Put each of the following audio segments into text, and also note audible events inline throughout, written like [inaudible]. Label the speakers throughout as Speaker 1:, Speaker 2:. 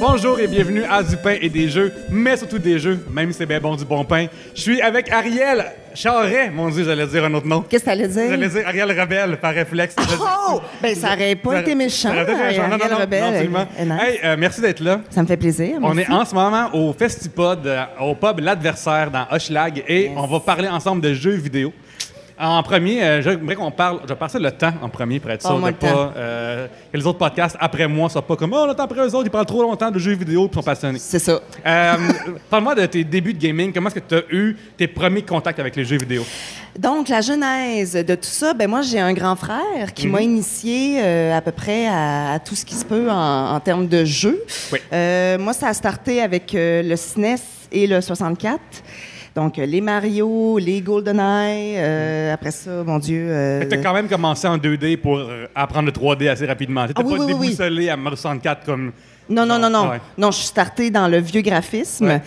Speaker 1: Bonjour et bienvenue à Du pain et des jeux, mais surtout des jeux, même si c'est bien bon du bon pain. Je suis avec Ariel Charret, mon Dieu, j'allais dire un autre nom.
Speaker 2: Qu'est-ce que t'allais
Speaker 1: J'allais
Speaker 2: dire?
Speaker 1: dire Ariel Rebelle par réflexe.
Speaker 2: [laughs] Oh! Ben, ça aurait pas été méchant,
Speaker 1: Ça aurait peut-être été méchant. Non, non,
Speaker 2: Ariel
Speaker 1: non,
Speaker 2: Rebelle.
Speaker 1: non, absolument.
Speaker 2: Eh, nice.
Speaker 1: Hey, euh, merci d'être là.
Speaker 2: Ça me fait plaisir.
Speaker 1: On
Speaker 2: merci.
Speaker 1: est en ce moment au Festipod, euh, au pub L'Adversaire dans Hochelag et on va parler ensemble de jeux vidéo. En premier, euh, j'aimerais qu'on parle, je vais passer le temps en premier pour être sûr
Speaker 2: Parle-moi
Speaker 1: de
Speaker 2: le temps.
Speaker 1: pas, euh, que les autres podcasts après moi soient pas comme Oh, le temps après eux autres, ils parlent trop longtemps de jeux vidéo et sont passionnés.
Speaker 2: C'est ça.
Speaker 1: Euh, Parle-moi de tes débuts de gaming. Comment est-ce que tu as eu tes premiers contacts avec les jeux vidéo?
Speaker 2: Donc, la genèse de tout ça, ben moi, j'ai un grand frère qui
Speaker 1: Mhm.
Speaker 2: m'a initié euh, à peu près à, à tout ce qui se peut en, en termes de jeu.
Speaker 1: Oui.
Speaker 2: Euh, moi, ça a starté avec euh, le SNES et le 64. Donc, euh, les Mario, les GoldenEye, euh,
Speaker 1: Mhm.
Speaker 2: après ça, mon Dieu... euh,
Speaker 1: Tu as quand même commencé en 2D pour euh, apprendre le 3D assez rapidement. Tu
Speaker 2: Ah oui,
Speaker 1: pas
Speaker 2: oui, oui, oui.
Speaker 1: déboussolé à Mario 64 comme.
Speaker 2: Non, non, non, non.
Speaker 1: Ah Ouais.
Speaker 2: Non, je suis startée dans le vieux graphisme.
Speaker 1: Ouais.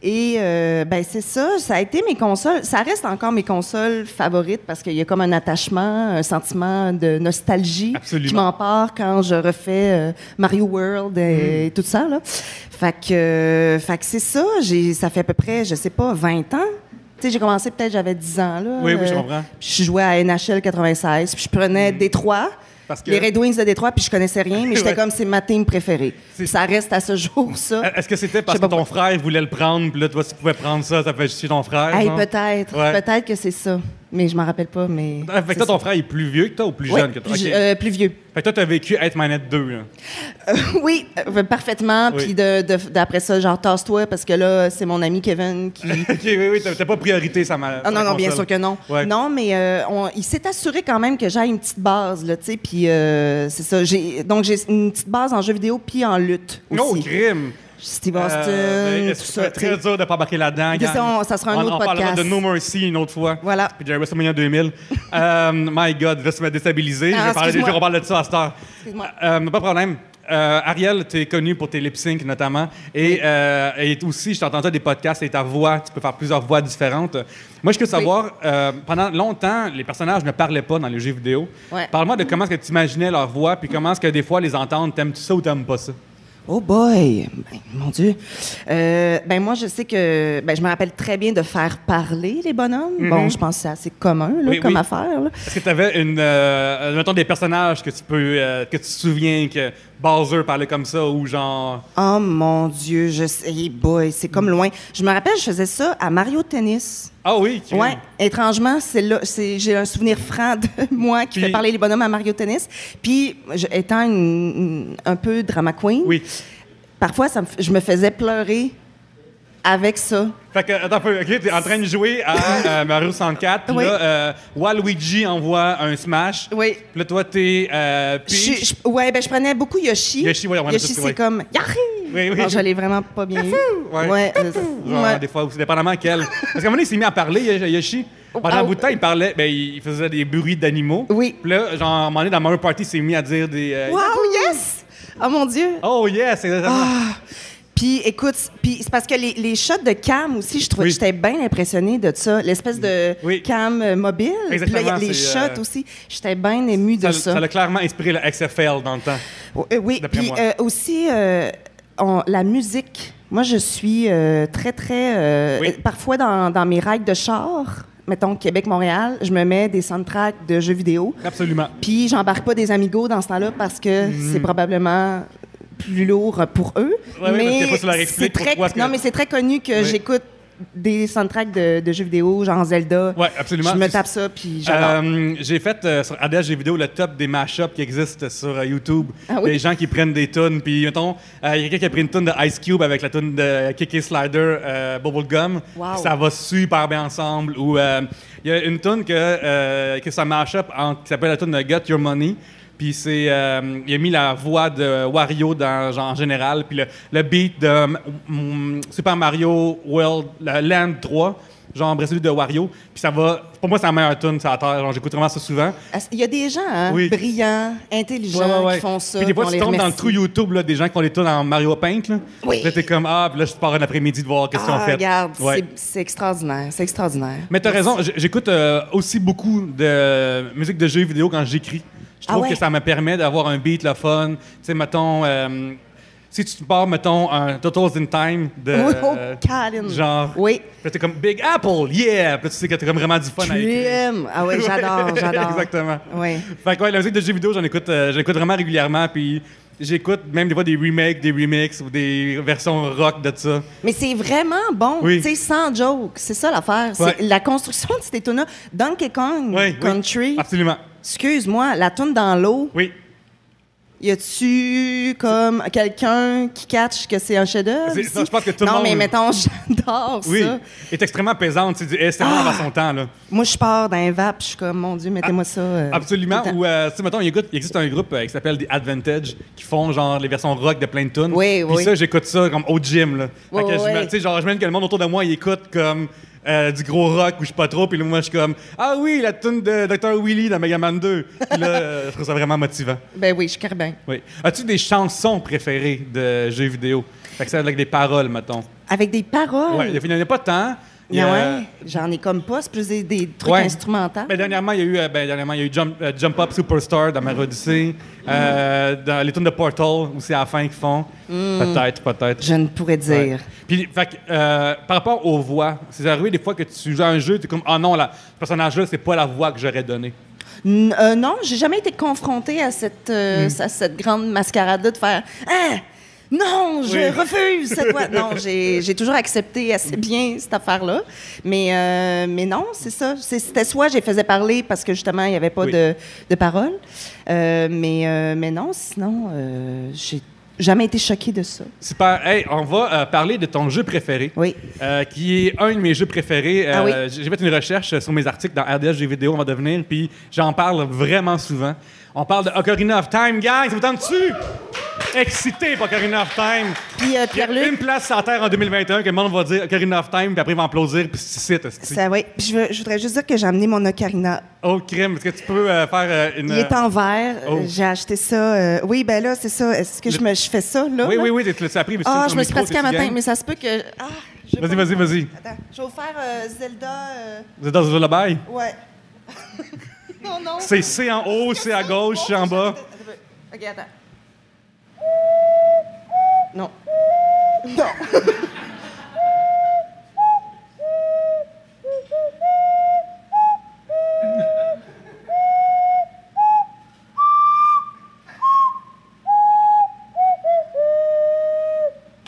Speaker 2: Et euh, ben c'est ça, ça a été mes consoles, ça reste encore mes consoles favorites parce qu'il y a comme un attachement, un sentiment de nostalgie
Speaker 1: Absolument.
Speaker 2: qui m'empare quand je refais euh, Mario World
Speaker 1: Mm.
Speaker 2: et, tout ça là. Fait que, euh, fait que c'est ça, j'ai ça fait à peu près, je sais pas, 20 ans. Tu sais, j'ai commencé peut-être j'avais 10 ans là.
Speaker 1: Oui, oui, je
Speaker 2: Euh,
Speaker 1: comprends. Mm.
Speaker 2: puis je jouais à NHL 96, puis je prenais Détroit.
Speaker 1: Parce que-
Speaker 2: Les Red Wings de Détroit, puis je connaissais rien, mais
Speaker 1: [laughs]
Speaker 2: j'étais
Speaker 1: Ouais.
Speaker 2: comme c'est ma team préférée.
Speaker 1: C'est-
Speaker 2: Ça reste à ce jour, ça.
Speaker 1: Euh, Est-ce que c'était parce
Speaker 2: Je
Speaker 1: que
Speaker 2: sais
Speaker 1: ton frère voulait le prendre, puis là, toi, si tu pouvais prendre ça, ça fait justifier ton frère?
Speaker 2: Hey,
Speaker 1: genre?
Speaker 2: peut-être,
Speaker 1: Ouais.
Speaker 2: peut-être que c'est ça, mais je m'en rappelle pas. Mais
Speaker 1: Ah, Fait que toi, ton frère est plus vieux que toi ou plus jeune que toi?
Speaker 2: plus,
Speaker 1: Ok.
Speaker 2: euh, plus vieux. [clears throat]
Speaker 1: Fait que toi, t'as vécu être manette 2.
Speaker 2: [laughs]
Speaker 1: là.
Speaker 2: oui, euh, parfaitement.
Speaker 1: Oui.
Speaker 2: Puis de- de- d'après ça, genre tasse-toi parce que là, c'est mon ami Kevin qui
Speaker 1: ok, oui, oui, t'as t'as pas priorité, ça m'a.
Speaker 2: Ah non, non, bien sûr que non.
Speaker 1: Ouais.
Speaker 2: Non, mais euh, on- il s'est assuré quand même que j'aille une petite base, là, tu sais, puis euh, c'est ça. J'ai, donc, j'ai une petite base en jeux vidéo puis en lutte aussi.
Speaker 1: No crime!
Speaker 2: Steve
Speaker 1: Oh, Euh, ben,
Speaker 2: Austin, tout
Speaker 1: est-ce que
Speaker 2: ça.
Speaker 1: C'est
Speaker 2: tu sais.
Speaker 1: très dur de ne pas embarquer là-dedans.
Speaker 2: Mais
Speaker 1: gang.
Speaker 2: ça, on- ça sera un
Speaker 1: On-
Speaker 2: autre
Speaker 1: On parlera de
Speaker 2: podcast.
Speaker 1: No Mercy une autre fois.
Speaker 2: Voilà.
Speaker 1: Puis de WrestleMania
Speaker 2: [laughs]
Speaker 1: 2000. Euh, my God, là, ça m'a déstabilisé.
Speaker 2: Ah,
Speaker 1: je vais parler des
Speaker 2: excuse-moi.
Speaker 1: jeux, on parle de ça à cette heure.
Speaker 2: Excuse-moi.
Speaker 1: Euh, pas de problème. Euh, Ariel, tu es connu pour tes lip sync notamment. Et, euh, et aussi, je t'entends des podcasts et ta voix, tu peux faire plusieurs voix différentes. Moi, je veux savoir, euh, pendant longtemps, les personnages ne parlaient pas dans les jeux vidéo.
Speaker 2: Ouais.
Speaker 1: Parle-moi de comment est-ce que tu imaginais leur voix, puis comment est-ce que des fois les entendre, t'aimes-tu ça ou t'aimes pas ça?
Speaker 2: Oh boy! Ben, mon Dieu! Euh, ben moi, je sais que... Ben, je me rappelle très bien de faire parler les bonhommes. Bon, je pense que c'est assez commun là,
Speaker 1: Mm-hmm. Oui,
Speaker 2: comme
Speaker 1: oui.
Speaker 2: affaire. là.
Speaker 1: Est-ce que tu avais une. euh, mettons des personnages que tu peux. euh, que tu te souviens que Bowser parlait comme ça ou genre.
Speaker 2: Oh mon Dieu, je sais... Hey boy, c'est comme loin. Je me rappelle, je faisais ça à Mario Tennis.
Speaker 1: Ah oui, crime.
Speaker 2: Ouais, étrangement, c'est là, c'est, j'ai un souvenir franc de [laughs] moi qui
Speaker 1: Puis-
Speaker 2: fait parler les bonhommes à Mario Tennis. Puis, je- étant une- une- un peu drama queen,
Speaker 1: Oui.
Speaker 2: parfois, ça me f- je me faisais pleurer avec ça.
Speaker 1: Fait que, attends un peu, ok, t'es en train de jouer à euh, Mario 64, puis
Speaker 2: Oui.
Speaker 1: là, euh, Waluigi envoie un smash.
Speaker 2: Oui.
Speaker 1: Puis là, toi, t'es. Euh,
Speaker 2: Je,
Speaker 1: Peach.
Speaker 2: je- ouais, ben, je prenais beaucoup Yoshi.
Speaker 1: Yoshi, ouais, on a tout-
Speaker 2: Yoshi, c'est
Speaker 1: ouais.
Speaker 2: comme Yahoo!
Speaker 1: Oui, oui.
Speaker 2: Non, je l'ai vraiment pas bien eu.
Speaker 1: Ouais.
Speaker 2: euh, ça-
Speaker 1: Genre,
Speaker 2: ouais.
Speaker 1: Des fois, aussi, dépendamment quel. Parce qu'à un moment donné, il s'est mis à parler, Y- Yoshi. Pendant
Speaker 2: Ah,
Speaker 1: un bout de temps, il parlait, ben, il faisait des bruits d'animaux.
Speaker 2: Oui.
Speaker 1: Puis là, genre, à un moment donné, dans Mario Party, il s'est mis à dire des. euh,
Speaker 2: Wow, yes! Oh mon Dieu!
Speaker 1: Oh yes,
Speaker 2: Ah.
Speaker 1: exactement.
Speaker 2: Puis, écoute, puis c'est parce que les, les shots de cam aussi, je
Speaker 1: Oui.
Speaker 2: trouvais que j'étais bien impressionnée de ça. L'espèce de
Speaker 1: Oui.
Speaker 2: cam euh, mobile. Puis là, il y a
Speaker 1: Exactement,
Speaker 2: les
Speaker 1: c'est,
Speaker 2: shots
Speaker 1: euh,
Speaker 2: aussi, j'étais bien émue de
Speaker 1: Ça-
Speaker 2: ça.
Speaker 1: ça l'a clairement inspiré le XFL dans le temps.
Speaker 2: Oh, euh, oui,
Speaker 1: d'après
Speaker 2: puis
Speaker 1: moi.
Speaker 2: euh, aussi, euh, on- la musique. Moi, je suis euh, très, très... euh,
Speaker 1: Oui.
Speaker 2: euh, Parfois, dans, dans mes règles de char, mettons Québec-Montréal, je me mets des soundtracks de jeux vidéo.
Speaker 1: Absolument.
Speaker 2: Puis j'embarque pas des amigos dans ce temps-là parce que
Speaker 1: Hmm.
Speaker 2: c'est probablement plus lourd pour eux.
Speaker 1: Ouais, ouais, parce qu'il faut se leur expliquer
Speaker 2: c'est très,
Speaker 1: pourquoi est-ce que-
Speaker 2: non, mais c'est très connu que
Speaker 1: Oui.
Speaker 2: j'écoute des soundtracks de, de jeux vidéo, genre Zelda.
Speaker 1: Ouais, absolument.
Speaker 2: Je me
Speaker 1: C'est-
Speaker 2: tape ça, puis j'adore.
Speaker 1: Euh, j'ai fait euh, sur ADH Jeux vidéo le top des mashups qui existent sur euh, YouTube.
Speaker 2: Ah oui?
Speaker 1: Des gens qui prennent des tunes, puis mettons, euh, il y a quelqu'un qui a pris une tune de Ice Cube avec la tune de Kiki Slider euh, Bubblegum.
Speaker 2: Wow.
Speaker 1: Puis Ça va super bien ensemble. Ou euh, il y a une tune que, euh, que ça mashup entre- qui s'appelle la tune de Got Your Money. Puis c'est, euh, il a mis la voix de Wario dans, genre, en général, puis le, le beat de mm, Super Mario World la- Land 3, genre celui de Wario. Puis ça va, pour moi, c'est la meilleure tune ça la terre. Genre, J'écoute vraiment ça souvent.
Speaker 2: Il y a des gens hein,
Speaker 1: Oui.
Speaker 2: brillants, intelligents
Speaker 1: Ouais, ouais, ouais.
Speaker 2: qui font ça.
Speaker 1: Puis des fois,
Speaker 2: qu'on
Speaker 1: tu
Speaker 2: les
Speaker 1: tombes dans le
Speaker 2: remercie.
Speaker 1: trou YouTube là, des gens qui ont les tunes en Mario Paint. Là.
Speaker 2: Oui.
Speaker 1: Puis Là, t'es comme, ah, puis là, je pars un après-midi de voir qu'est-ce qu'on
Speaker 2: Ah,
Speaker 1: fait.
Speaker 2: regarde,
Speaker 1: Ouais.
Speaker 2: c'est- c'est extraordinaire, c'est extraordinaire.
Speaker 1: Mais t'as raison, j- j'écoute euh, aussi beaucoup de musique de jeux vidéo quand j'écris. Je
Speaker 2: Ah
Speaker 1: trouve
Speaker 2: ouais?
Speaker 1: que ça me permet d'avoir un beat le fun. Tu sais, mettons. euh, c'est- si tu pars, mettons, un Totals in Time de.
Speaker 2: Oui, oh,
Speaker 1: euh,
Speaker 2: Caroline.
Speaker 1: genre.
Speaker 2: Oui.
Speaker 1: Puis là, t'es comme Big Apple, yeah! Puis là, tu sais que t'as comme vraiment du fun à écrire.
Speaker 2: Crime. Ah oui,
Speaker 1: [laughs]
Speaker 2: j'adore, j'adore.
Speaker 1: Exactement.
Speaker 2: Oui.
Speaker 1: Fait que ouais, la musique de jeux vidéo, j'en écoute, euh, j'en écoute vraiment régulièrement. Puis j'écoute même des fois des remakes, des remixes ou des versions rock de ça.
Speaker 2: Mais c'est vraiment bon,
Speaker 1: Oui.
Speaker 2: tu sais, sans joke. C'est ça l'affaire. C'est
Speaker 1: Ouais.
Speaker 2: La construction de cet là Donkey Kong
Speaker 1: Ouais, oui. Ah.
Speaker 2: Country.
Speaker 1: Absolument.
Speaker 2: Excuse-moi, la toune dans l'eau.
Speaker 1: Oui.
Speaker 2: Y a-tu comme quelqu'un qui catch que c'est un chef-d'œuvre
Speaker 1: C'est-
Speaker 2: ici?
Speaker 1: non, je pense que tout le
Speaker 2: Non,
Speaker 1: monde-
Speaker 2: mais mettons, [laughs] j'adore
Speaker 1: Oui.
Speaker 2: ça. Ah!
Speaker 1: Est extrêmement pesante. C'est du eh, c'est vraiment avant son temps, là.
Speaker 2: Moi, je pars d'un vape, je suis comme, mon Dieu, mettez-moi ça. euh,
Speaker 1: Ah, Absolument.
Speaker 2: tout le temps.
Speaker 1: Ou, euh, tu sais, mettons, il écoute- il existe un groupe euh, qui s'appelle The Advantage qui font genre les versions rock de plein de tunes.
Speaker 2: Oui,
Speaker 1: Puis
Speaker 2: oui.
Speaker 1: ça, j'écoute ça comme au gym. Là.
Speaker 2: Oui,
Speaker 1: fait que
Speaker 2: oui,
Speaker 1: je me-
Speaker 2: oui.
Speaker 1: tu sais, genre, je mène que le monde autour de moi, il écoute comme euh, du gros rock ou je sais pas trop. Puis là, moi, je suis comme Ah oui, la tune de Dr. Willy dans Mega Man 2. Puis là, euh, je trouve ça vraiment motivant.
Speaker 2: Ben oui, je suis carbin.
Speaker 1: Oui. As-tu des chansons préférées de jeux vidéo? Fait que ça, avec des paroles, mettons.
Speaker 2: Avec des paroles.
Speaker 1: Ouais, il n'y en a pas tant. Il y
Speaker 2: Ah
Speaker 1: a-
Speaker 2: Hmm. ouais, j'en ai comme pas, c'est plus des, des trucs
Speaker 1: Ouais.
Speaker 2: instrumentaux.
Speaker 1: Ben, dernièrement, il y a eu, euh, ben, dernièrement, il y a eu Jump, euh, Jump Up Superstar dans Marodyssée, euh, dans les tunes de Portal aussi à la fin qu'ils font. Peut-être, peut-être.
Speaker 2: Je ne pourrais
Speaker 1: Ouais.
Speaker 2: dire.
Speaker 1: Puis, fait que, euh, par rapport aux voix, c'est arrivé des fois que tu joues à un jeu, tu es comme, ah non, la, ce personnage-là, c'est pas la voix que j'aurais donnée.
Speaker 2: N- euh, non, j'ai jamais été confrontée à cette, euh,
Speaker 1: Hmm.
Speaker 2: à cette grande mascarade de faire Ah! Non, je
Speaker 1: Oui.
Speaker 2: refuse
Speaker 1: [laughs]
Speaker 2: cette voix. Non, j'ai j'ai toujours accepté assez bien cette affaire-là. Mais, euh, mais non, c'est ça. C'est- C'était soit je les faisais parler parce que justement, il n'y avait pas
Speaker 1: Oui.
Speaker 2: de, de parole. Euh, mais, euh, mais non, sinon, euh, j'ai jamais été choquée de ça.
Speaker 1: Super. Hey, on va euh, parler de ton jeu préféré.
Speaker 2: Oui.
Speaker 1: Euh, qui est un de mes jeux préférés.
Speaker 2: Ah
Speaker 1: Euh, J'ai j'ai fait une recherche sur mes articles dans RDS Jeux vidéo, on va devenir, puis j'en parle vraiment souvent. On parle de Ocarina of Time, guys, ça vous tente-tu? Excité par Ocarina of Time.
Speaker 2: Puis, euh,
Speaker 1: Il y a
Speaker 2: Pierre-Luc,
Speaker 1: une place sur la Terre en 2021 que le monde va dire Ocarina of Time, puis après ils vont applaudir, puis c'est c'est.
Speaker 2: ça, oui. Puis je, veux- je voudrais juste dire que j'ai amené mon ocarina
Speaker 1: Oh, crime, est-ce que tu peux euh, faire euh, une.
Speaker 2: Il est en verre.
Speaker 1: Oh.
Speaker 2: Euh, J'ai acheté ça. euh, oui, ben là, c'est ça. Est-ce que je, me, je fais ça, là?
Speaker 1: euh, Oui,
Speaker 2: là?
Speaker 1: oui, oui, tu l'as appris. mais
Speaker 2: Ah,
Speaker 1: c'est
Speaker 2: je
Speaker 1: ton
Speaker 2: me suis
Speaker 1: micro,
Speaker 2: pratiquée un
Speaker 1: t'es-tu
Speaker 2: matin,
Speaker 1: game?
Speaker 2: mais ça se peut que. Ah, j'ai
Speaker 1: Vas-y,
Speaker 2: pas-
Speaker 1: vas-y, vas-y.
Speaker 2: Attends, je vais vous faire euh, Zelda. euh,
Speaker 1: Vous êtes dans le bail?
Speaker 2: ouais. [laughs] non, non.
Speaker 1: C'est C en haut, C à gauche, C en bas.
Speaker 2: Ok, attends. Non. Non.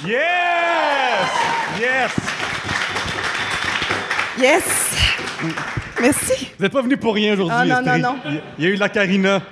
Speaker 1: Yes! Yes!
Speaker 2: Yes!
Speaker 1: Mm.
Speaker 2: Merci.
Speaker 1: Vous n'êtes pas venu pour rien aujourd'hui.
Speaker 2: Ah, non, non,
Speaker 1: Estrie.
Speaker 2: non.
Speaker 1: Il- Il y a eu la Carina.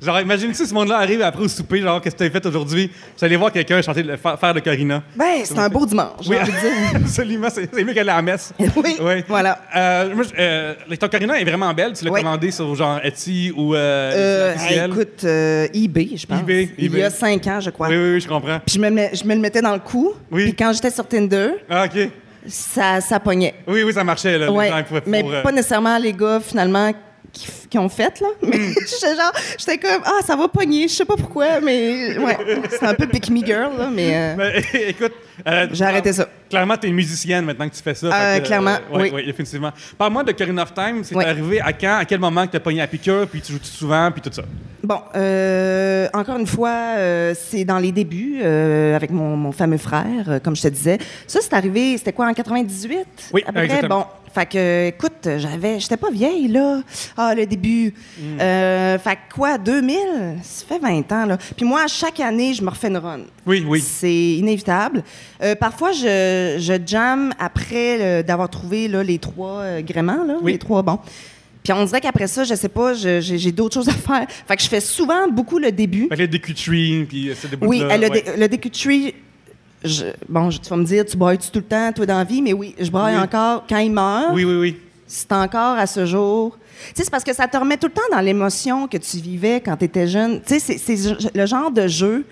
Speaker 1: Genre, imagine si ce monde-là arrive après au souper, genre, qu'est-ce que t'as fait aujourd'hui? Vous allez voir quelqu'un chanter, le- fa- faire le Carina.
Speaker 2: Ben, c'est un beau dimanche. j'ai envie de dire.
Speaker 1: absolument. [laughs] C'est c'est mieux qu'aller à la messe.
Speaker 2: [laughs] Oui, voilà.
Speaker 1: Euh, moi, je- euh, ton Carina est vraiment belle. Tu l'as
Speaker 2: Oui.
Speaker 1: commandé sur genre Etsy ou euh,
Speaker 2: Euh,
Speaker 1: officiel.
Speaker 2: écoute, euh, eBay, je pense.
Speaker 1: eBay,
Speaker 2: Il y a
Speaker 1: eBay.
Speaker 2: cinq ans, je crois.
Speaker 1: Oui, oui, oui, je comprends.
Speaker 2: Puis je me, le mets- je me le mettais dans le cou.
Speaker 1: Oui.
Speaker 2: Puis quand j'étais sur Tinder,
Speaker 1: Ah, OK.
Speaker 2: ça, ça pognait.
Speaker 1: Oui, oui, ça marchait. Là, Les
Speaker 2: Ouais.
Speaker 1: gens, ils pouvaient-
Speaker 2: mais
Speaker 1: pour, euh,
Speaker 2: pas nécessairement les gars, finalement, qui, f- qui ont fait, là. Mais
Speaker 1: Mm.
Speaker 2: [laughs] j'étais genre, j'étais comme, ah, ça va pogner, je sais pas pourquoi, mais ouais. C'est un peu pick me girl, là, mais. euh,
Speaker 1: [laughs] [laughs] Mais, écoute, euh,
Speaker 2: J'ai arrêté ça.
Speaker 1: Clairement, tu es musicienne maintenant que tu fais ça.
Speaker 2: Euh,
Speaker 1: fait que,
Speaker 2: clairement,
Speaker 1: ouais,
Speaker 2: oui.
Speaker 1: ouais, définitivement. Parle-moi de Corinne of Time. C'est
Speaker 2: Oui.
Speaker 1: arrivé à quand, à quel moment que tu as pogné la piqûre, puis tu joues souvent, puis tout ça.
Speaker 2: Bon, euh, encore une fois, euh, c'est dans les débuts euh, avec mon, mon fameux frère, euh, comme je te disais. Ça, c'est arrivé, c'était quoi, en 98?
Speaker 1: Oui,
Speaker 2: à peu près.
Speaker 1: exactement.
Speaker 2: Bon, fait que, euh, écoute, j'avais, j'étais pas vieille, là. Ah, le début.
Speaker 1: Mm.
Speaker 2: Euh, fait que quoi, 2000? Ça fait 20 ans, là. Puis moi, à chaque année, je me refais une run.
Speaker 1: Oui, oui.
Speaker 2: C'est inévitable. Euh, parfois, je, je jam après euh, d'avoir trouvé là, les trois euh, gréements, là,
Speaker 1: Oui.
Speaker 2: les trois bons. Puis on dirait qu'après ça, je sais pas, je- j'ai j'ai d'autres choses à [laughs] faire. Fait que je fais souvent beaucoup le début.
Speaker 1: Fait que les DQ Tree, puis euh, c'est des bouts
Speaker 2: Oui,
Speaker 1: de-
Speaker 2: euh, le,
Speaker 1: ouais.
Speaker 2: dé- le DQ Tree, je- bon, je- tu vas me dire, tu brailles tout le temps, toi, dans la vie, mais oui, je braille
Speaker 1: Oui.
Speaker 2: encore quand il meurt.
Speaker 1: Oui, oui, oui.
Speaker 2: C'est encore à ce jour. Tu sais, c'est parce que ça te remet tout le temps dans l'émotion que tu vivais quand tu étais jeune. Tu sais, c'est- c'est je- le genre de jeu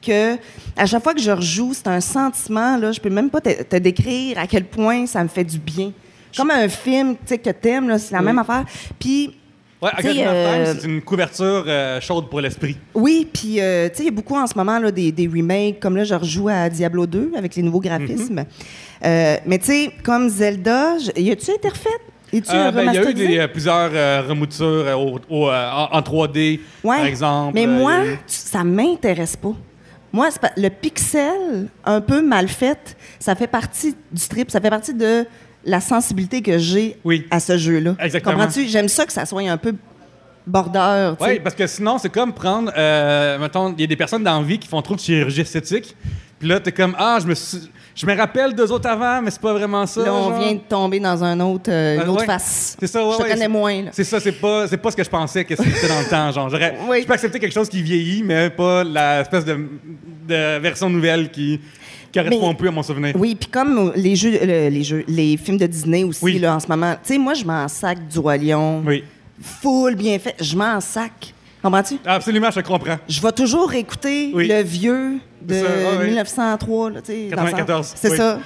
Speaker 2: que, à chaque fois que je rejoue, c'est un sentiment, là, je peux même pas te, te décrire à quel point ça me fait du bien. Comme un film, tu sais, que t'aimes, là, c'est la même affaire. Puis,
Speaker 1: Ouais,
Speaker 2: Tu sais,
Speaker 1: Ocarina of Time,
Speaker 2: euh,
Speaker 1: c'est une couverture euh, chaude pour l'esprit.
Speaker 2: oui, puis euh, tu sais, il y a beaucoup en ce moment là, des, des remakes. Comme là, je rejoue à Diablo 2 avec les nouveaux graphismes.
Speaker 1: Mm-hmm.
Speaker 2: Euh, mais tu sais, comme Zelda, je- y a-tu été refait? Y a-tu
Speaker 1: Euh, ben, Il y a eu
Speaker 2: remasterisé?
Speaker 1: des, euh, plusieurs euh, remoutures euh, au- au, euh, en, en 3D,
Speaker 2: Ouais.
Speaker 1: par exemple.
Speaker 2: Mais
Speaker 1: Euh,
Speaker 2: moi,
Speaker 1: il y a eu-
Speaker 2: tu- ça m'intéresse pas. Moi, c'est pas- le pixel un peu mal fait, ça fait partie du trip, ça fait partie de la sensibilité que j'ai
Speaker 1: Oui.
Speaker 2: à ce jeu-là.
Speaker 1: Exactement.
Speaker 2: Comprends-tu? J'aime ça que ça soit un peu border. tu sais.
Speaker 1: Oui, parce que sinon, c'est comme prendre. euh, mettons, il y a des personnes dans la vie qui font trop de chirurgie esthétique. Puis là, t'es comme, ah, je me, suis- je me rappelle deux autres avant, mais c'est pas vraiment ça.
Speaker 2: Là, on
Speaker 1: ben, genre.
Speaker 2: vient de tomber dans un autre, euh, une
Speaker 1: Ah,
Speaker 2: autre
Speaker 1: ouais.
Speaker 2: face.
Speaker 1: C'est ça, ouais,
Speaker 2: Je te
Speaker 1: ouais,
Speaker 2: connais
Speaker 1: c'est-
Speaker 2: moins. là.
Speaker 1: C'est ça, c'est pas, c'est pas ce que je pensais que c'était dans le temps. Genre, j'aurais,
Speaker 2: [laughs] Oui.
Speaker 1: je peux accepter quelque chose qui vieillit, mais pas la espèce de, de version nouvelle qui qui correspond
Speaker 2: Mais-
Speaker 1: plus à mon souvenir.
Speaker 2: Oui, puis comme les jeux, le- les jeux, les films de Disney aussi,
Speaker 1: Oui.
Speaker 2: là, en ce moment, tu sais, moi, je m'en sac du Roi Lion.
Speaker 1: Oui.
Speaker 2: Full bien fait. Je m'en sac. Comprends-tu?
Speaker 1: Absolument, je comprends.
Speaker 2: Je vais toujours écouter
Speaker 1: Oui.
Speaker 2: le vieux de
Speaker 1: C'est ça, ah oui.
Speaker 2: 1903, là, tu sais. dans le sens-
Speaker 1: 94,
Speaker 2: C'est
Speaker 1: oui. [laughs]
Speaker 2: ça.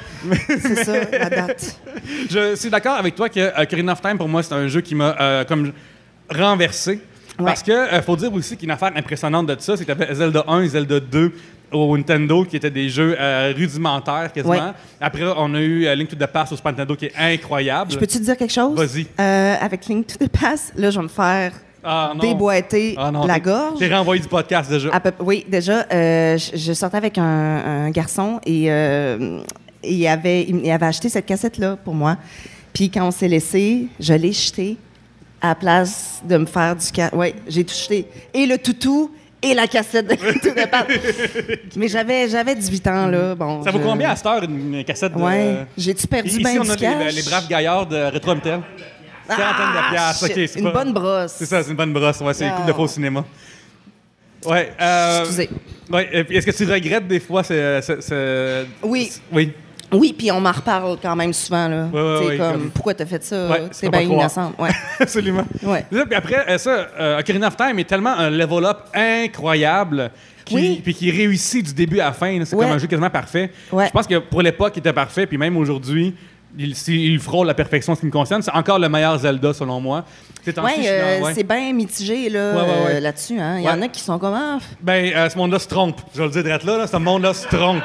Speaker 2: C'est ça, la date.
Speaker 1: Je suis d'accord avec toi que euh, Ocarina of Time, pour moi, c'est un jeu qui m'a euh, comme renversé.
Speaker 2: Ouais.
Speaker 1: Parce que euh, faut dire aussi qu'une affaire impressionnante de ça, c'est que t'avais Zelda 1 et Zelda 2 au Nintendo, qui étaient des jeux euh, rudimentaires quasiment.
Speaker 2: Ouais.
Speaker 1: Après, on a eu euh, Link to the Past au Super Nintendo, qui est incroyable.
Speaker 2: Je peux-tu te dire quelque chose?
Speaker 1: Vas-y.
Speaker 2: Euh, avec Link to the Past, là, je vais me faire
Speaker 1: Ah, non.
Speaker 2: déboîter
Speaker 1: Ah non,
Speaker 2: la
Speaker 1: t'es-
Speaker 2: gorge. Ah,
Speaker 1: T'es renvoyé du podcast déjà.
Speaker 2: À peu- oui, déjà, euh, je, je sortais avec un, un garçon et euh, il, avait, il avait acheté cette cassette-là pour moi. Puis quand on s'est laissé, je l'ai jetée à la place de me faire du cas. Oui, j'ai tout jeté. Et le toutou et la cassette [laughs] de tout de part. Mais j'avais, j'avais 18 ans, là. Bon,
Speaker 1: Mm. Ça vaut
Speaker 2: je-
Speaker 1: combien à cette heure une, une cassette de. euh,
Speaker 2: Ouais. J'ai-tu perdu
Speaker 1: Ici,
Speaker 2: ben
Speaker 1: on
Speaker 2: du
Speaker 1: a les,
Speaker 2: cash?
Speaker 1: les braves gaillards de Retro Mtel.
Speaker 2: Ah,
Speaker 1: Quarantaine de piastres,
Speaker 2: shit,
Speaker 1: ok, c'est
Speaker 2: Une
Speaker 1: pas-
Speaker 2: bonne brosse.
Speaker 1: C'est ça, c'est une bonne brosse. Ouais, c'est
Speaker 2: Ah.
Speaker 1: cool de faux au cinéma. Ouais. euh,
Speaker 2: Excusez.
Speaker 1: ouais, et puis est-ce que tu regrettes des fois ce. ce- ce-
Speaker 2: Oui.
Speaker 1: ce- Oui. [laughs]
Speaker 2: Oui, puis on m'en reparle quand même souvent, là.
Speaker 1: Ouais, ouais,
Speaker 2: Tu sais,
Speaker 1: ouais,
Speaker 2: comme,
Speaker 1: comme-
Speaker 2: pourquoi t'as fait ça?
Speaker 1: Ouais, tu
Speaker 2: c'est
Speaker 1: peux pas
Speaker 2: bien
Speaker 1: croire.
Speaker 2: innocent.
Speaker 1: [laughs]
Speaker 2: Ouais.
Speaker 1: Absolument.
Speaker 2: Ouais.
Speaker 1: C'est ça, Puis après, euh, ça, euh, Ocarina of Time est tellement un level-up incroyable. Qui,
Speaker 2: Oui.
Speaker 1: Puis qui réussit du début à la fin. là. C'est
Speaker 2: Ouais.
Speaker 1: comme un jeu quasiment parfait.
Speaker 2: Ouais.
Speaker 1: Je pense que pour l'époque, il était parfait. Puis même aujourd'hui, il, s'il frôle la perfection en ce qui me concerne. C'est encore le meilleur Zelda, selon moi. Ces temps-ci,
Speaker 2: Oui,
Speaker 1: je suis dans- ouais.
Speaker 2: euh, c'est bien mitigé là,
Speaker 1: Ouais, ouais, ouais.
Speaker 2: euh, là-dessus. hein. Il y
Speaker 1: Ouais.
Speaker 2: en a qui sont comme ah, f-
Speaker 1: Ben, euh, ce monde-là se trompe. Je vais le dire direct là, là, ce monde-là se trompe.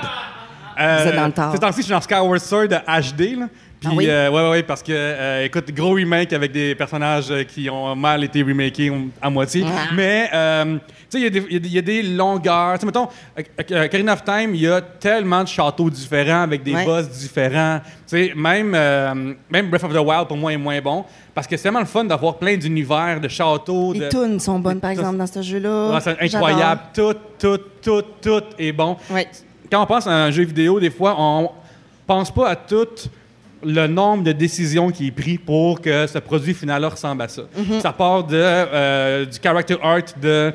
Speaker 1: Euh,
Speaker 2: Vous êtes dans le tort.
Speaker 1: Ces temps-ci, je suis dans Skyward Sword euh, HD. Là. Puis,
Speaker 2: Ah oui?
Speaker 1: euh, ouais, ouais, ouais, parce que, euh, écoute, gros remake avec des personnages euh, qui ont mal été remakés à moitié.
Speaker 2: Ah.
Speaker 1: Mais, euh, tu sais, il y a des- il y, a des- il y a des longueurs. Tu sais, mettons, euh, euh, Ocarina of Time, il y a tellement de châteaux différents avec des
Speaker 2: Ouais.
Speaker 1: boss différents. Tu sais, même, euh, même Breath of the Wild, pour moi, est moins bon. Parce que c'est tellement le fun d'avoir plein d'univers, de châteaux.
Speaker 2: les
Speaker 1: de...
Speaker 2: tunes sont bonnes par
Speaker 1: les
Speaker 2: exemple dans ce jeu-là.
Speaker 1: Ah, c'est incroyable. Tout, tout, tout, tout est bon.
Speaker 2: J'adore. Ouais.
Speaker 1: Quand on pense à un jeu vidéo, des fois, on pense pas à tout le nombre de décisions qui est pris pour que ce produit final-là ressemble à ça. Ça part de, euh, du character art de,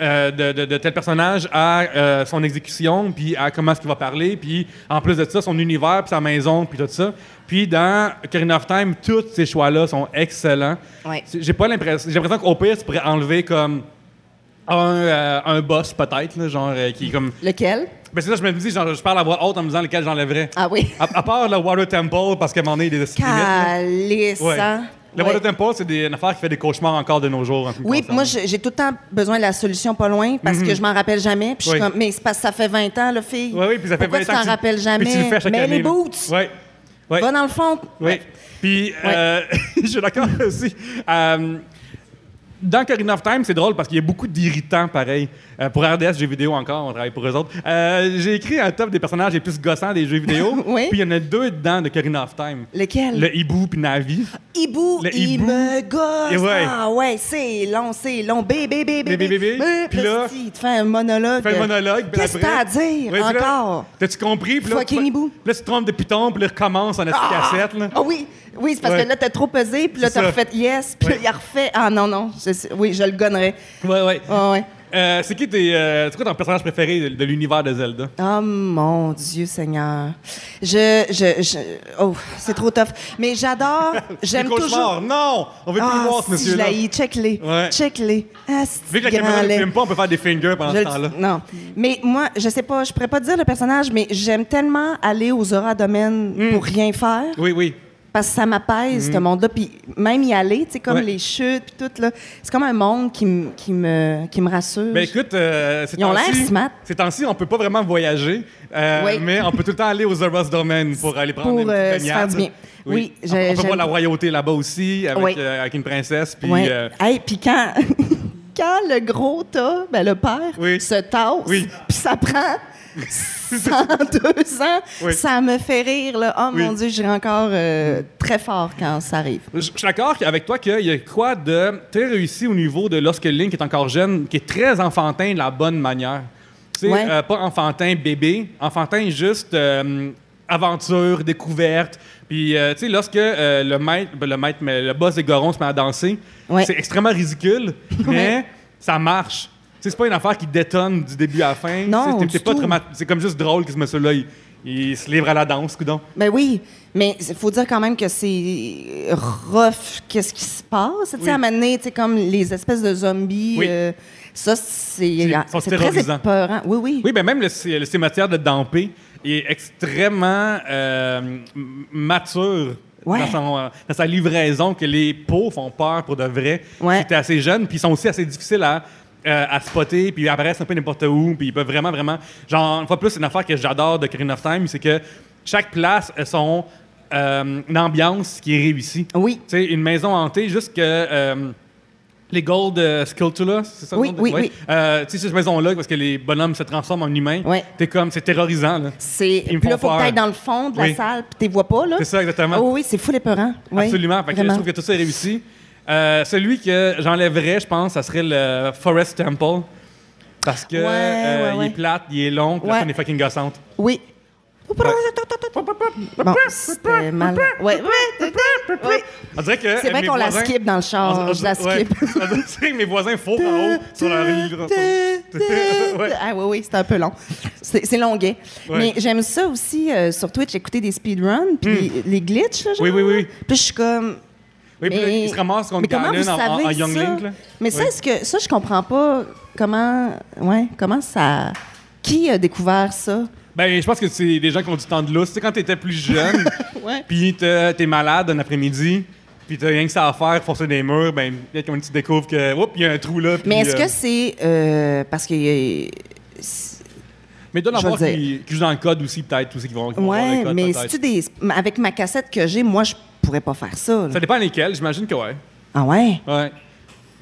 Speaker 1: euh, de, de- de tel personnage à euh, son exécution, puis à comment est-ce qu'il va parler, puis en plus de ça, son univers, puis sa maison, puis tout ça. Puis dans Ocarina of Time, tous ces choix-là sont excellents.
Speaker 2: Ouais.
Speaker 1: C'est- J'ai pas l'impression. J'ai l'impression qu'au pire, tu pourrais enlever comme un, euh, un boss peut-être, là, genre euh, qui est comme.
Speaker 2: Lequel
Speaker 1: Ben c'est ça, je me dis, genre, je parle à voix haute en me disant lequel j'enlèverais.
Speaker 2: Ah oui.
Speaker 1: À, à part le Water Temple, parce qu'à un moment donné, il est limites. Ah, là.
Speaker 2: Calice.
Speaker 1: Ouais.
Speaker 2: hein?
Speaker 1: Le
Speaker 2: Ouais.
Speaker 1: Water Temple, c'est des- une affaire qui fait des cauchemars encore de nos jours. en ce qui me
Speaker 2: Oui,
Speaker 1: concerne.
Speaker 2: moi j'ai j'ai tout le temps besoin de la solution pas loin parce que je m'en rappelle jamais. Puis je suis
Speaker 1: Mhm. Oui.
Speaker 2: comme mais c'est parce que ça fait 20 ans là fille.
Speaker 1: Ouais, oui, puis ça fait
Speaker 2: Pourquoi
Speaker 1: 20
Speaker 2: tu
Speaker 1: ans que
Speaker 2: t'en rappelles jamais.
Speaker 1: Puis tu le fais à chaque
Speaker 2: mais
Speaker 1: année,
Speaker 2: les
Speaker 1: là.
Speaker 2: boots.
Speaker 1: Ouais. Ouais.
Speaker 2: Va dans le fond.
Speaker 1: Oui. Puis, euh, [laughs] je suis d'accord aussi. Euh, dans Ocarina of Time, c'est drôle parce qu'il y a beaucoup d'irritants, pareil. Euh, pour RDS, jeux vidéo encore, on travaille pour eux autres. Euh, J'ai écrit un top des personnages les plus gossants des jeux vidéo.
Speaker 2: [laughs] Oui.
Speaker 1: Puis il y en a deux dedans de Ocarina of Time.
Speaker 2: Lequel
Speaker 1: Le hibou puis Navi.
Speaker 2: hibou,
Speaker 1: Le
Speaker 2: il
Speaker 1: hibou.
Speaker 2: me gosse.
Speaker 1: Et ouais.
Speaker 2: Ah ouais, c'est long, c'est long. Bébé, bébé,
Speaker 1: Bébé,
Speaker 2: bébé.
Speaker 1: bébé. Puis là-
Speaker 2: Euh, il te fait un monologue.
Speaker 1: Fais le monologue. puis
Speaker 2: Euh, Qu'est-ce que
Speaker 1: après-
Speaker 2: t'as à dire
Speaker 1: Ouais, puis là,
Speaker 2: encore?
Speaker 1: T'as-tu compris? Puis là,
Speaker 2: Fucking
Speaker 1: tu-
Speaker 2: hibou.
Speaker 1: Puis là, tu te trompes de piton, puis il recommence en
Speaker 2: Ah!
Speaker 1: cassette. Là.
Speaker 2: Ah oui, oui, c'est parce
Speaker 1: Ouais.
Speaker 2: que là, t'as trop pesé, puis là,
Speaker 1: C'est
Speaker 2: t'as
Speaker 1: ça.
Speaker 2: refait yes, puis
Speaker 1: Ouais.
Speaker 2: là, il a refait. Ah non, non, je- oui, je le gonnerais.
Speaker 1: Ouais, ouais.
Speaker 2: Ah ouais.
Speaker 1: Euh, c'est qui tes, euh, c'est quoi ton personnage préféré de, de l'univers de Zelda?
Speaker 2: Oh mon Dieu Seigneur. Je, je, je- oh, c'est trop tough.
Speaker 1: [laughs]
Speaker 2: Mais j'adore,
Speaker 1: Les
Speaker 2: j'aime
Speaker 1: cauchemars,
Speaker 2: toujours. Ah,
Speaker 1: Non! On veut plus le voir, ce
Speaker 2: si je
Speaker 1: monsieur-là.
Speaker 2: l'haïs, check-les,
Speaker 1: Ouais.
Speaker 2: check-les. Ah,
Speaker 1: Vu que la caméra ne filme pas, on peut faire des fingers pendant
Speaker 2: Je
Speaker 1: ce
Speaker 2: le-
Speaker 1: temps-là.
Speaker 2: Non. Mais moi, je sais pas, je pourrais pas te dire le personnage, mais j'aime tellement aller aux auras domaines
Speaker 1: Mm.
Speaker 2: pour rien faire
Speaker 1: Oui, oui.
Speaker 2: parce que ça m'apaise ce monde-là. Puis même y aller, tu sais, comme
Speaker 1: Mm. Ouais.
Speaker 2: les chutes, puis tout là, c'est comme un monde qui, me- qui me qui me rassure.
Speaker 1: Ben écoute, euh, ces
Speaker 2: Ils ont
Speaker 1: temps-ci-
Speaker 2: l'air smart.
Speaker 1: Ces temps-ci, on peut pas vraiment voyager, euh,
Speaker 2: Oui.
Speaker 1: mais on peut tout le temps aller aux Eros Domain pour aller prendre
Speaker 2: Pour,
Speaker 1: une petite
Speaker 2: euh, se
Speaker 1: baignade.
Speaker 2: faire du bien. Oui,
Speaker 1: On-
Speaker 2: j'ai-
Speaker 1: on peut voir
Speaker 2: j'aime-
Speaker 1: la royauté là-bas aussi, avec,
Speaker 2: Oui.
Speaker 1: euh, avec une princesse. Puis,
Speaker 2: Ouais.
Speaker 1: euh,
Speaker 2: Hey, puis quand [laughs] quand le gros tas, ben, le père,
Speaker 1: Oui.
Speaker 2: se tasse,
Speaker 1: Oui.
Speaker 2: puis ça prend 102 ans,
Speaker 1: Oui.
Speaker 2: ça me fait rire. Là. Oh mon
Speaker 1: Oui.
Speaker 2: Dieu, j'ai encore euh, très fort quand ça arrive.
Speaker 1: Je je suis d'accord avec toi qu'il y a quoi de très réussi au niveau de lorsque Link est encore jeune, qui est très enfantin de la bonne manière. Tu sais,
Speaker 2: Ouais.
Speaker 1: euh, pas enfantin bébé, enfantin juste euh, aventure, découverte. Puis, euh, tu sais, lorsque euh, le maître, ben, le maître, mais le boss des Gorons se met à danser,
Speaker 2: Ouais.
Speaker 1: c'est extrêmement
Speaker 2: [laughs]
Speaker 1: ridicule, mais
Speaker 2: Ouais.
Speaker 1: ça marche. Tu sais, c'est pas une affaire qui détonne du début à la fin.
Speaker 2: Non,
Speaker 1: Tu sais, t'es-
Speaker 2: du
Speaker 1: t'es pas
Speaker 2: tout.
Speaker 1: trauma- C'est comme juste drôle que ce monsieur-là, il, il se livre à la danse, coudon.
Speaker 2: Ben oui, mais il faut dire quand même que c'est rough, qu'est-ce qui se passe. Tu
Speaker 1: Oui.
Speaker 2: sais, à un moment donné, tu sais, comme les espèces de zombies,
Speaker 1: Oui.
Speaker 2: euh, ça, c'est euh,
Speaker 1: C'est- sont
Speaker 2: c'est très
Speaker 1: terrorisants.
Speaker 2: épeurant. Oui, oui.
Speaker 1: Oui, ben même le, c- le cimetière de Dampé est extrêmement euh, m- mature
Speaker 2: Ouais.
Speaker 1: dans, son, euh, dans sa livraison, que les pots font peur pour de vrai.
Speaker 2: Ouais.
Speaker 1: Puis t'es assez jeune, puis ils sont aussi assez difficiles à, euh, à spotter, puis ils apparaissent un peu n'importe où, puis ils peuvent vraiment, vraiment... Genre, une fois de plus, une affaire que j'adore de Karine of Time, c'est que chaque place a son euh, une ambiance qui est réussie.
Speaker 2: Oui.
Speaker 1: Tu sais, une maison hantée, juste que... euh, les Gold euh, Sculptula, c'est ça? le
Speaker 2: Oui,
Speaker 1: nom de-
Speaker 2: oui,
Speaker 1: ouais.
Speaker 2: oui.
Speaker 1: Euh, tu sais, cette maison-là, parce que les bonhommes se transforment en humains,
Speaker 2: Ouais.
Speaker 1: t'es comme, c'est terrorisant, là.
Speaker 2: C'est
Speaker 1: Ils me
Speaker 2: puis là,
Speaker 1: font
Speaker 2: faut que
Speaker 1: peur.
Speaker 2: t'ailles dans le fond de la
Speaker 1: Oui.
Speaker 2: salle, puis t'es vois pas là.
Speaker 1: C'est ça, exactement.
Speaker 2: Ah oui, c'est fou les peurants.
Speaker 1: Absolument. Fait que je trouve que tout ça est réussi. Euh, celui que j'enlèverais, je pense, ça serait le Forest Temple. Parce que
Speaker 2: Ouais,
Speaker 1: euh,
Speaker 2: ouais,
Speaker 1: il est
Speaker 2: ouais.
Speaker 1: plate, il est long, puis la
Speaker 2: Ouais.
Speaker 1: scène est fucking gossante.
Speaker 2: Oui. Bon, c'était mal. Ouais, ouais, ouais.
Speaker 1: On dirait que
Speaker 2: C'est
Speaker 1: euh,
Speaker 2: vrai
Speaker 1: mes
Speaker 2: qu'on la
Speaker 1: voisins-
Speaker 2: skip dans le char.
Speaker 1: on-
Speaker 2: Je la
Speaker 1: on- ouais.
Speaker 2: skip.
Speaker 1: [laughs] On dirait que mes voisins font en haut sur leur [laughs] Ouais.
Speaker 2: Ah oui, oui, c'est un peu long. C'est c'est longuet.
Speaker 1: Ouais.
Speaker 2: Mais j'aime ça aussi euh, sur Twitch, écouter des speedruns, puis les glitches. là, genre.
Speaker 1: Hmm. Oui, oui, oui.
Speaker 2: Puis je suis comme...
Speaker 1: Oui, puis là,
Speaker 2: mais-
Speaker 1: ils se ramassent contre
Speaker 2: mais comment
Speaker 1: Ganon
Speaker 2: vous
Speaker 1: en- en, en
Speaker 2: savez
Speaker 1: Young
Speaker 2: ça?
Speaker 1: Link. là.
Speaker 2: Mais
Speaker 1: Oui.
Speaker 2: ça, est-ce que... Ça, je comprends pas comment... Ouais, comment ça... Qui a découvert ça?
Speaker 1: Ben, je pense que c'est des gens qui ont du temps de lousse. Tu sais, quand t'étais plus jeune, [laughs]
Speaker 2: Ouais.
Speaker 1: puis t'es t'es malade un après-midi, puis t'as rien que ça à faire, forcer des murs, ben, peut-être qu'on tu découvres que, oups, il y a un trou là. puis,
Speaker 2: Mais est-ce
Speaker 1: euh,
Speaker 2: que c'est... euh, parce que... euh, c'est-
Speaker 1: Mais donne
Speaker 2: je vais
Speaker 1: avoir
Speaker 2: le
Speaker 1: qui, qui jouent dans le code aussi, peut-être, aussi, qui vont, qui vont voir le
Speaker 2: Ouais,
Speaker 1: code,
Speaker 2: mais
Speaker 1: peut-être.
Speaker 2: c'est-tu des... Avec ma cassette que j'ai, moi, je pourrais pas faire ça. là.
Speaker 1: Ça dépend lesquels, j'imagine que ouais.
Speaker 2: Ah ouais?
Speaker 1: Ouais.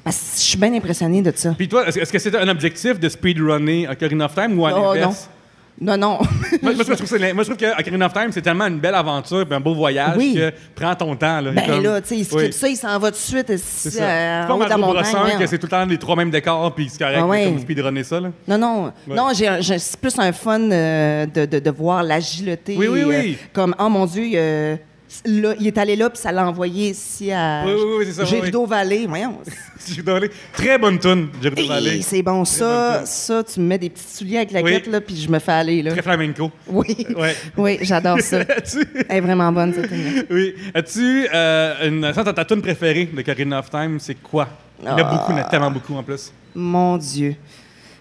Speaker 2: Parce que je suis bien impressionnée de ça.
Speaker 1: Puis toi, est-ce est-ce que c'était un objectif de speedrunner Ocarina of Time ou à
Speaker 2: Oh, non.
Speaker 1: l'inverse?
Speaker 2: Non, non.
Speaker 1: [laughs] Moi, moi, je trouve que c'est l'in- moi, je trouve que Ocarina of Time, c'est tellement une belle aventure puis un beau voyage
Speaker 2: Oui.
Speaker 1: que prends ton temps. Là,
Speaker 2: [laughs] ben
Speaker 1: Comme-
Speaker 2: là, tu sais, il script
Speaker 1: Oui.
Speaker 2: ça, il s'en va tout de suite.
Speaker 1: C'est
Speaker 2: ici,
Speaker 1: ça.
Speaker 2: euh,
Speaker 1: c'est
Speaker 2: en
Speaker 1: pas
Speaker 2: haut de la
Speaker 1: Mario Bros.
Speaker 2: montagne,
Speaker 1: 1 que
Speaker 2: ouais.
Speaker 1: c'est tout le temps les trois mêmes décors, puis c'est correct,
Speaker 2: Ah ouais.
Speaker 1: comme speedrunner ça, là. [laughs]
Speaker 2: Non, non.
Speaker 1: Ouais.
Speaker 2: Non, j'ai- j'ai- c'est plus un fun euh, de, de, de voir l'agilité.
Speaker 1: Oui, oui, oui.
Speaker 2: comme, oh mon Dieu, euh, là, il est allé là, puis ça l'a envoyé ici à.
Speaker 1: Oui, oui, oui, c'est ça, oui,
Speaker 2: J'ai
Speaker 1: oui.
Speaker 2: Valley. Voyons.
Speaker 1: Gerudo Valley. Très bonne tune, Gerudo Valley.
Speaker 2: Hey, c'est bon,
Speaker 1: bonne
Speaker 2: ça.
Speaker 1: tune.
Speaker 2: Ça, tu me mets des petits souliers avec la
Speaker 1: Oui.
Speaker 2: guette, là, puis je me fais aller, là.
Speaker 1: Très flamenco.
Speaker 2: Oui.
Speaker 1: [laughs] Ouais.
Speaker 2: Oui, j'adore ça.
Speaker 1: [laughs] As-tu,
Speaker 2: Elle est vraiment bonne,
Speaker 1: [laughs]
Speaker 2: cette tune-là.
Speaker 1: oui. As-tu euh, une. Ça, ta- ta tune préférée de Karina of Time, c'est quoi? Il y en a
Speaker 2: Ah.
Speaker 1: beaucoup, il y en a tellement beaucoup en plus.
Speaker 2: Mon Dieu.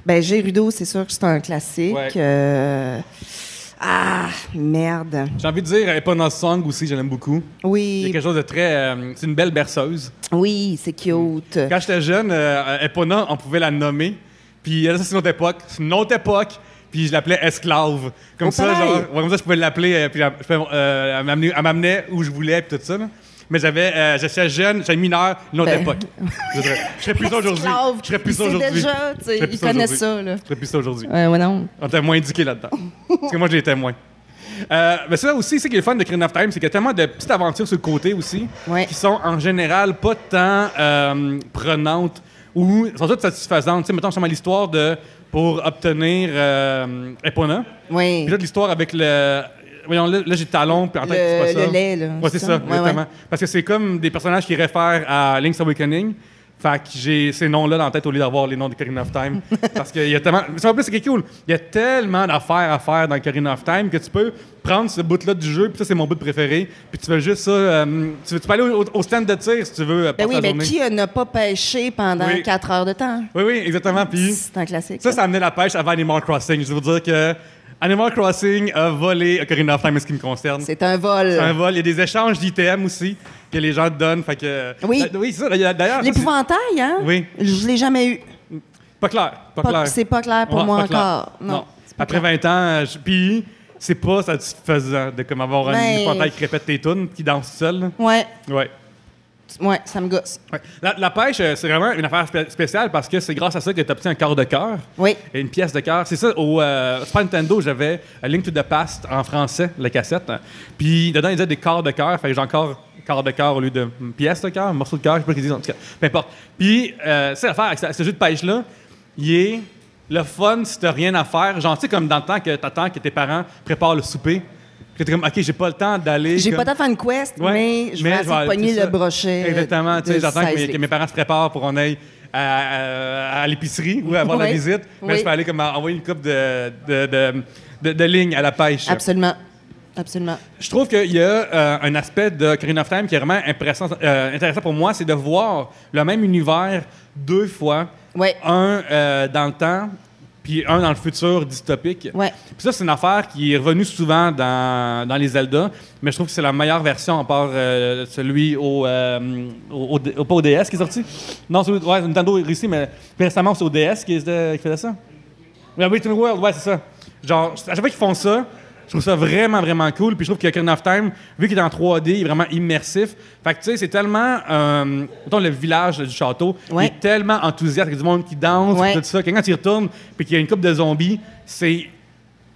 Speaker 2: Ben, Gérudo, c'est sûr que c'est un classique.
Speaker 1: Ouais.
Speaker 2: Euh, Ah, merde.
Speaker 1: J'ai envie de dire Eponos Song aussi, je l'aime beaucoup. Il y a
Speaker 2: Oui,
Speaker 1: quelque chose de très. euh, c'est une belle berceuse.
Speaker 2: oui, c'est cute.
Speaker 1: Quand j'étais jeune, euh, Epona, on pouvait la nommer. Puis euh, ça, c'est une autre époque. C'est une autre époque. Puis je l'appelais esclave. Comme
Speaker 2: Oh,
Speaker 1: ça,
Speaker 2: pareil.
Speaker 1: genre, ouais, comme ça, je pouvais l'appeler. euh, puis la- je pouvais, euh, elle m'amenait- elle m'amenait où je voulais, puis tout ça. là. Mais j'avais, euh, j'étais jeune, j'étais mineur, une autre
Speaker 2: Ben.
Speaker 1: époque. Je serais, je serais plus ça aujourd'hui.
Speaker 2: Esclave,
Speaker 1: Je serais plus ça
Speaker 2: il sait
Speaker 1: aujourd'hui.
Speaker 2: déjà, tu sais,
Speaker 1: Je serais plus
Speaker 2: il connaît
Speaker 1: aujourd'hui.
Speaker 2: ça, là.
Speaker 1: Je serais plus ça aujourd'hui.
Speaker 2: Euh, Ouais, ouais, non.
Speaker 1: On était moins indiqué là-dedans. Parce que moi, j'ai été moins. Euh, mais ça aussi, c'est qui est le fun de Crane of Time, c'est qu'il y a tellement de petites aventures sur le côté aussi,
Speaker 2: Ouais.
Speaker 1: qui sont en général pas tant euh, prenantes ou sont toutes satisfaisantes. Tu sais, mettons, justement, l'histoire de pour obtenir euh, Epona.
Speaker 2: Oui.
Speaker 1: Puis là, de l'histoire avec le. Voyons, là, là, j'ai talon, puis en tête,
Speaker 2: Le-
Speaker 1: c'est pas ça.
Speaker 2: le lait, là,
Speaker 1: Ouais, c'est
Speaker 2: c'est
Speaker 1: ça,
Speaker 2: ça? Ouais,
Speaker 1: exactement.
Speaker 2: ouais.
Speaker 1: Parce que c'est comme des personnages qui réfèrent à Link's Awakening. Fait que j'ai ces noms-là dans la tête au lieu d'avoir les noms de Karina of
Speaker 2: [laughs]
Speaker 1: Time. Parce qu'il y a tellement. Mais ça, en plus, c'est qui est cool. Il y a tellement d'affaires à faire dans Karina of Time que tu peux prendre ce bout-là du jeu, puis ça, c'est mon bout préféré. Puis tu veux juste ça. euh, tu, veux, tu peux aller au, au stand de tir si tu veux. euh,
Speaker 2: Ben
Speaker 1: passer
Speaker 2: oui,
Speaker 1: la
Speaker 2: ben
Speaker 1: journée.
Speaker 2: qui euh, n'a pas pêché pendant
Speaker 1: Oui.
Speaker 2: quatre heures de temps?
Speaker 1: Oui, oui, exactement. Puis.
Speaker 2: C'est un classique.
Speaker 1: Ça,
Speaker 2: là.
Speaker 1: ça amenait la pêche avant Animal Crossing. Je veux dire que Animal Crossing a volé Ocarina of Time en ce qui me concerne.
Speaker 2: C'est un vol.
Speaker 1: un vol. Il y a des échanges d'items aussi que les gens te donnent. Fait que,
Speaker 2: Oui.
Speaker 1: Euh, Oui, c'est ça. D'ailleurs, d'ailleurs, ça, c'est
Speaker 2: L'épouvantail, hein?
Speaker 1: Oui.
Speaker 2: Je l'ai jamais eu.
Speaker 1: pas clair. Pas,
Speaker 2: Pas-
Speaker 1: clair.
Speaker 2: C'est pas clair pour
Speaker 1: Ouais,
Speaker 2: moi
Speaker 1: pas clair.
Speaker 2: encore. Non. c'est pas
Speaker 1: Après
Speaker 2: clair.
Speaker 1: 20 ans, euh, je- puis c'est pas satisfaisant de comme avoir un
Speaker 2: Ben-
Speaker 1: épouvantail qui répète tes tunes, qui danse seul.
Speaker 2: Ouais.
Speaker 1: Ouais.
Speaker 2: Ouais, ça me gosse.
Speaker 1: Ouais. La, la pêche, euh, c'est vraiment une affaire spé- spéciale parce que c'est grâce à ça que tu obtiens un quart de cœur.
Speaker 2: Oui.
Speaker 1: Et une pièce de cœur. C'est ça, au euh, Super Nintendo, j'avais A Link to the Past en français, la cassette. Puis dedans, il disait des quarts de cœur. Fait que j'ai encore quart de cœur au lieu de une pièce de cœur, un morceau de cœur, je sais pas ce qu'ils disent, en tout cas. Peu importe. Puis, euh, c'est l'affaire avec ce ce jeu de pêche-là. Il est le fun si t'as rien à faire. Genre, tu sais, comme dans le temps que t'attends que tes parents préparent le souper. Puis t'es comme, OK, j'ai pas le temps d'aller.
Speaker 2: J'ai
Speaker 1: comme-
Speaker 2: pas tant fait une quest,
Speaker 1: Ouais,
Speaker 2: mais je vais essayer de
Speaker 1: aller-
Speaker 2: pogner
Speaker 1: c'est
Speaker 2: le
Speaker 1: ça.
Speaker 2: brochet. euh,
Speaker 1: Exactement. Tu sais,
Speaker 2: de
Speaker 1: j'attends que, mes-
Speaker 2: 16
Speaker 1: que mes parents se préparent pour qu'on aille à, à- à l'épicerie ou avoir la
Speaker 2: Oui.
Speaker 1: visite. Mais
Speaker 2: Oui.
Speaker 1: je peux aller comme envoyer une coupe de, de, de, de- de lignes à la pêche.
Speaker 2: Absolument. Absolument.
Speaker 1: Je trouve qu'il y a euh, un aspect de Ocarina of Time qui est vraiment impressant- euh, intéressant pour moi, c'est de voir le même univers deux fois.
Speaker 2: Ouais.
Speaker 1: Un euh, dans le temps, puis un dans le futur dystopique.
Speaker 2: Ouais.
Speaker 1: Puis ça, c'est une affaire qui est revenue souvent dans, dans les Zelda, mais je trouve que c'est la meilleure version à part euh, celui au, euh, au, au- pas au DS qui est sorti. Non, celui ouais, Nintendo est ici, mais plus récemment, c'est au DS qui, était- qui faisait ça. Ouais, Waiting World, ouais, c'est ça. Genre, à chaque fois qu'ils font ça, je trouve ça vraiment, vraiment cool. Puis je trouve que Ocarina of Time, vu qu'il est en 3D, il est vraiment immersif. Fait que, tu sais, c'est tellement. Euh, autant le village du château, il
Speaker 2: Ouais.
Speaker 1: est tellement enthousiaste. Il y a du monde qui danse,
Speaker 2: Ouais.
Speaker 1: puis tout ça. Quand il retourne, puis qu'il y a une coupe de zombies, c'est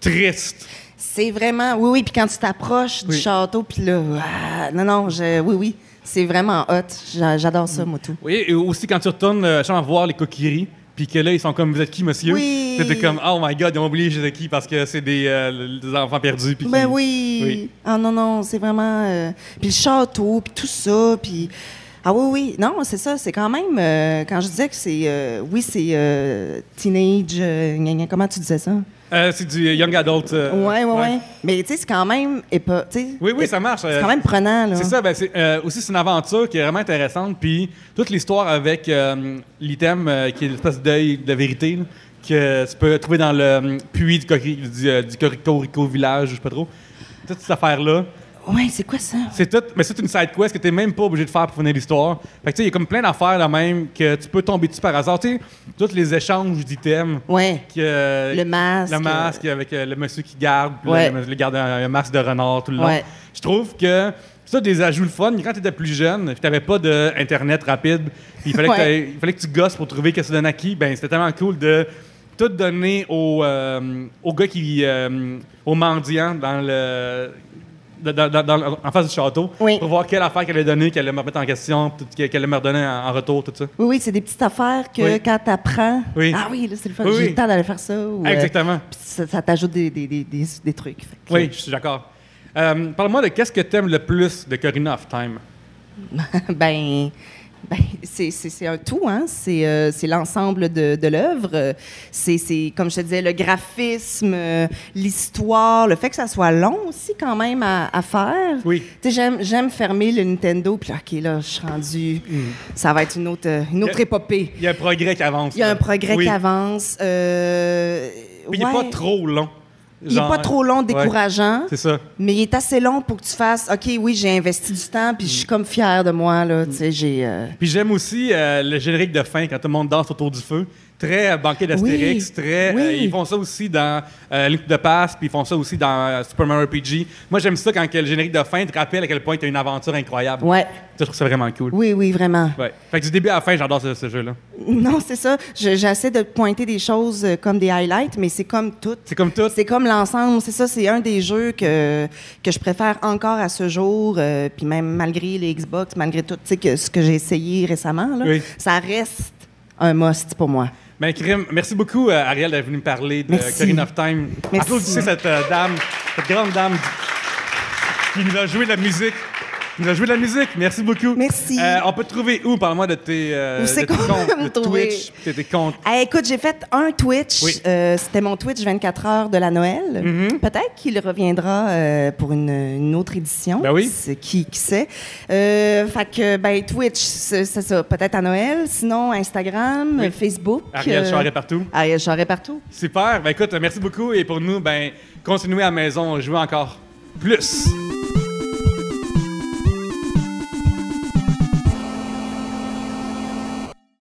Speaker 1: triste.
Speaker 2: C'est vraiment. Oui, oui. Puis quand tu t'approches du
Speaker 1: Oui.
Speaker 2: château, puis là. ah, non, non, je, oui, oui. C'est vraiment hot. J'a- J'adore ça, moi, tout.
Speaker 1: Oui, et aussi quand tu retournes, euh, genre, voir les coquilleries, puis que là, ils sont comme, vous êtes qui, monsieur?
Speaker 2: Oui.
Speaker 1: Puis t'es comme, oh my god, ils ont oublié j'étais qui parce que c'est des, euh, des enfants perdus. puis
Speaker 2: Ben
Speaker 1: qui-
Speaker 2: oui.
Speaker 1: Oui.
Speaker 2: Ah non, non, c'est vraiment. euh, Puis le château, puis tout ça, puis. Ah oui, oui. Non, c'est ça. C'est quand même. euh, quand je disais que c'est. euh, oui, c'est euh, teenage. euh, gna gna, comment tu disais ça?
Speaker 1: Euh, c'est du young adult. euh,
Speaker 2: Oui, ouais, ouais, ouais. Mais tu sais, c'est quand même. épa- tu sais,
Speaker 1: Oui, oui, ça marche. euh,
Speaker 2: C'est quand même prenant, là.
Speaker 1: C'est ça, ben c'est, euh, aussi c'est une aventure qui est vraiment intéressante, puis toute l'histoire avec euh, l'item euh, qui est l'espèce d'œil de la vérité là, que tu peux trouver dans le euh, puits du, coquille- du, euh, du Corico Rico Village, je sais pas trop. Toute cette affaire-là.
Speaker 2: Oui, c'est quoi ça?
Speaker 1: C'est tout, mais c'est une side quest que t'es même pas obligé de faire pour finir l'histoire. Fait que tu sais, il y a comme plein d'affaires là même que tu peux tomber dessus par hasard. Tu sais, tous les échanges d'items.
Speaker 2: Ouais.
Speaker 1: que, euh,
Speaker 2: Le masque,
Speaker 1: Le masque avec euh, le monsieur qui garde, puis
Speaker 2: Ouais.
Speaker 1: le, le garde un, un masque de renard tout le long.
Speaker 2: Ouais.
Speaker 1: Je trouve que c'est ça des ajouts le fun. Quand tu étais plus jeune, tu n'avais pas d'internet rapide, puis il fallait,
Speaker 2: Ouais.
Speaker 1: que t'ailles- il fallait que tu gosses pour trouver qu'est-ce que ça donne à qui. Ben, c'était tellement cool de tout donner au, euh, au gars qui. euh, au mendiant dans le. dans- dans- dans- dans- en face du château
Speaker 2: Oui.
Speaker 1: pour voir quelle affaire qu'elle allait donner, qu'elle allait me remettre en question, tout- qu'elle allait me redonner en, en retour, tout ça.
Speaker 2: Oui, oui, c'est des petites affaires que
Speaker 1: Oui.
Speaker 2: quand t'apprends.
Speaker 1: Oui.
Speaker 2: Ah oui, là, c'est le fun.
Speaker 1: Oui,
Speaker 2: J'ai
Speaker 1: oui.
Speaker 2: le temps d'aller faire ça. ou, euh,
Speaker 1: Exactement.
Speaker 2: puis ça, ça t'ajoute des, des, des, des, des trucs. Fait que-
Speaker 1: Oui, je suis d'accord. Euh, Parle-moi de qu'est-ce que t'aimes le plus de Corina of Time.
Speaker 2: [laughs] ben, ben, c'est- c'est c'est un tout, hein? c'est euh, c'est l'ensemble de, de l'œuvre. Euh, C'est, c'est, comme je te disais, le graphisme, euh, l'histoire, le fait que ça soit long aussi quand même à, à faire.
Speaker 1: Oui.
Speaker 2: Tu sais, J'aime, j'aime fermer le Nintendo, puis OK, là, je suis rendu.
Speaker 1: Mm.
Speaker 2: Ça va être une autre, une autre
Speaker 1: Le-
Speaker 2: épopée.
Speaker 1: Il y a un progrès qui avance.
Speaker 2: Il y a
Speaker 1: là.
Speaker 2: un progrès
Speaker 1: Euh, Oui.
Speaker 2: qui avance. euh,
Speaker 1: Puis Il n'est
Speaker 2: ouais.
Speaker 1: pas trop long.
Speaker 2: Il est
Speaker 1: Genre-
Speaker 2: pas trop long, décourageant.
Speaker 1: Ouais, C'est ça.
Speaker 2: Mais il est assez long pour que tu fasses, OK, oui, j'ai investi du temps, puis je suis comme fière de moi, là, tu sais, j'ai... euh,
Speaker 1: Puis j'aime aussi euh, le générique de fin quand tout le monde danse autour du feu. Très euh, banquet d'Astérix.
Speaker 2: Oui.
Speaker 1: Très,
Speaker 2: Oui.
Speaker 1: euh, ils font ça aussi dans euh, Link de Passe, puis ils font ça aussi dans euh, Super Mario RPG. Moi, j'aime ça quand que le générique de fin te rappelle à quel point tu as une aventure incroyable.
Speaker 2: Ouais.
Speaker 1: Ça, je trouve ça vraiment cool.
Speaker 2: Oui, oui, vraiment.
Speaker 1: Ouais. Fait que du début à la fin, j'adore ce, ce jeu-là.
Speaker 2: Non, c'est ça. Je- J'essaie de pointer des choses euh, comme des highlights, mais c'est comme tout.
Speaker 1: C'est comme tout.
Speaker 2: C'est comme l'ensemble. C'est ça, c'est un des jeux que, que je préfère encore à ce jour. euh, puis même malgré les Xbox, malgré tout tu sais, que, ce que j'ai essayé récemment, là,
Speaker 1: Oui.
Speaker 2: ça reste un must pour moi.
Speaker 1: Ben, Krim, merci beaucoup, euh, Ariel, d'être venu me parler de
Speaker 2: Merci.
Speaker 1: Corinne of Time.
Speaker 2: Merci.
Speaker 1: Applaudissez cette euh, dame, cette grande dame qui nous a joué de la musique. Qui nous a joué de la musique. Merci beaucoup.
Speaker 2: Merci.
Speaker 1: Euh, on peut te trouver où? Parle-moi de tes, euh,
Speaker 2: Où
Speaker 1: de tes
Speaker 2: c'est qu'on peut
Speaker 1: comptes,
Speaker 2: me
Speaker 1: de
Speaker 2: trouver?
Speaker 1: Twitch, de tes comptes.
Speaker 2: Ah, écoute, j'ai fait un Twitch.
Speaker 1: Oui. Mm-hmm.
Speaker 2: Euh, C'était mon Twitch 24 heures de la Noël. Peut-être qu'il reviendra euh, pour une, une autre édition.
Speaker 1: Ben oui.
Speaker 2: C'est- Qui, qui sait. Euh, fait que, ben, Twitch, c'est c'est ça. Peut-être à Noël. Sinon, Instagram,
Speaker 1: Oui.
Speaker 2: euh, Facebook.
Speaker 1: Ariel
Speaker 2: euh,
Speaker 1: Charret partout.
Speaker 2: Ariel Charret partout.
Speaker 1: Super. Ben, écoute, merci beaucoup. Et pour nous, ben, continuez à la maison, jouez encore plus.